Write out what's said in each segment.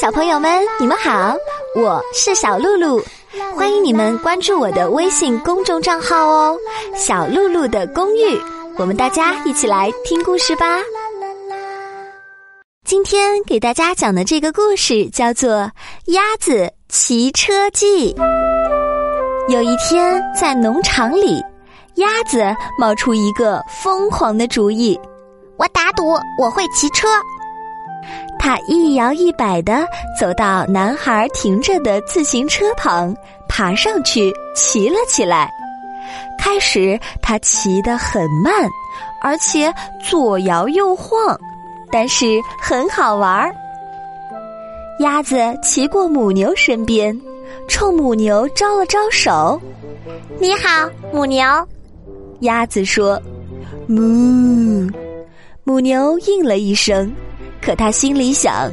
小朋友们，你们好，我是小露露，欢迎你们关注我的微信公众账号哦，小露露的公寓。我们大家一起来听故事吧。今天给大家讲的这个故事叫做《鸭子骑车记》。有一天，在农场里，鸭子冒出一个疯狂的主意。我打赌我会骑车。他一摇一摆的走到男孩停着的自行车旁，爬上去骑了起来。开始他骑得很慢，而且左摇右晃，但是很好玩儿。鸭子骑过母牛身边，冲母牛招了招手。你好，母牛。鸭子说：“母。”母牛应了一声，可他心里想：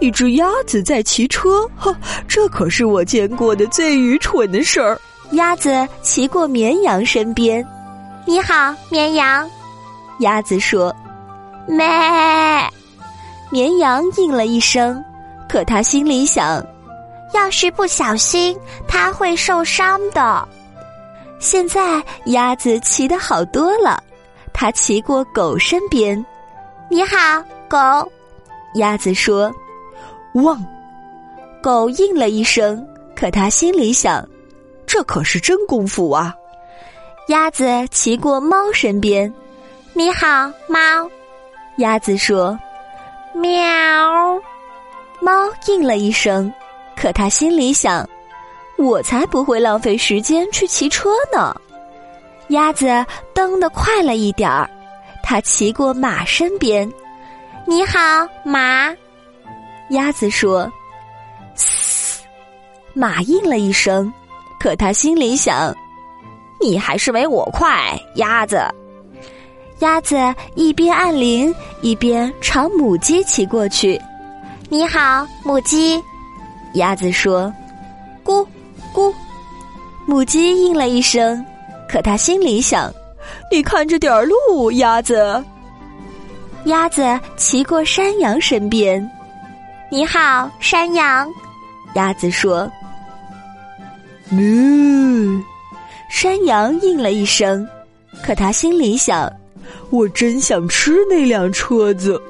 一只鸭子在骑车，哈，这可是我见过的最愚蠢的事儿。鸭子骑过绵羊身边，你好，绵羊。鸭子说：“咩。”绵羊应了一声，可他心里想：要是不小心，它会受伤的。现在鸭子骑得好多了。他骑过狗身边，你好，狗。鸭子说：“汪。”狗应了一声，可他心里想：“这可是真功夫啊！”鸭子骑过猫身边，你好，猫。鸭子说：“喵。”猫应了一声，可他心里想：“我才不会浪费时间去骑车呢。”鸭子蹬得快了一点儿，它骑过马身边。你好，马。鸭子说：“嘶。”马应了一声，可它心里想：“你还是没我快，鸭子。”鸭子一边按铃，一边朝母鸡骑过去。 “你好，母鸡。”鸭子说：“咕，咕。”母鸡应了一声。可他心里想：“你看着点儿路，鸭子。”鸭子骑过山羊身边，“你好，山羊。”鸭子说。 “嗯。”山羊应了一声，可他心里想：“我真想吃那辆车子。”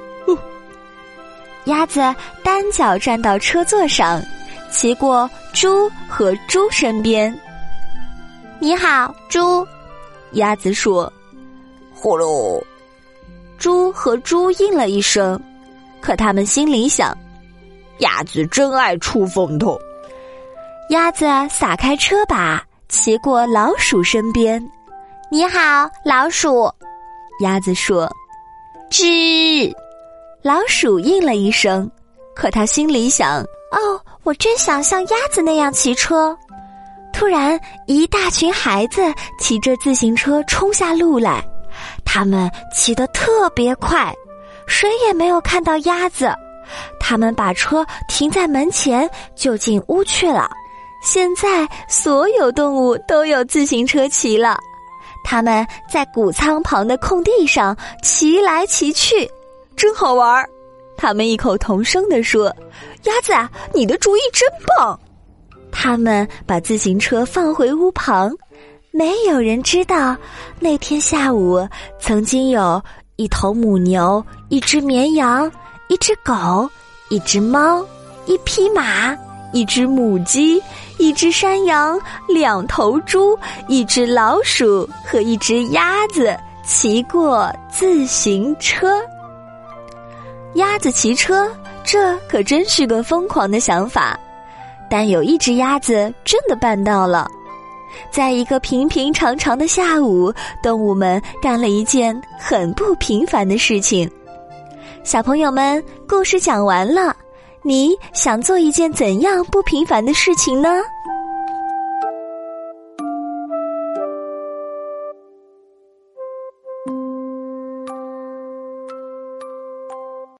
鸭子单脚站到车座上，骑过猪和猪身边。你好，猪。鸭子说：“呼噜。”猪和猪应了一声，可他们心里想：“鸭子真爱出风头。”鸭子撒开车把，骑过老鼠身边。 “你好，老鼠。”鸭子说。 “吱。”老鼠应了一声，可他心里想：“哦，我真想像鸭子那样骑车。”突然，一大群孩子骑着自行车冲下路来，他们骑得特别快，谁也没有看到鸭子。他们把车停在门前，就进屋去了。现在，所有动物都有自行车骑了，他们在谷仓旁的空地上骑来骑去，真好玩儿。他们异口同声地说：“啊鸭子，你的主意真棒！”他们把自行车放回屋旁，没有人知道那天下午曾经有一头母牛、一只绵羊、一只狗、一只猫、一匹马、一只母鸡、一只山羊、两头猪、一只老鼠和一只鸭子骑过自行车。鸭子骑车，这可真是个疯狂的想法。但有一只鸭子真的办到了，在一个平平常常的下午，动物们干了一件很不平凡的事情。小朋友们，故事讲完了，你想做一件怎样不平凡的事情呢？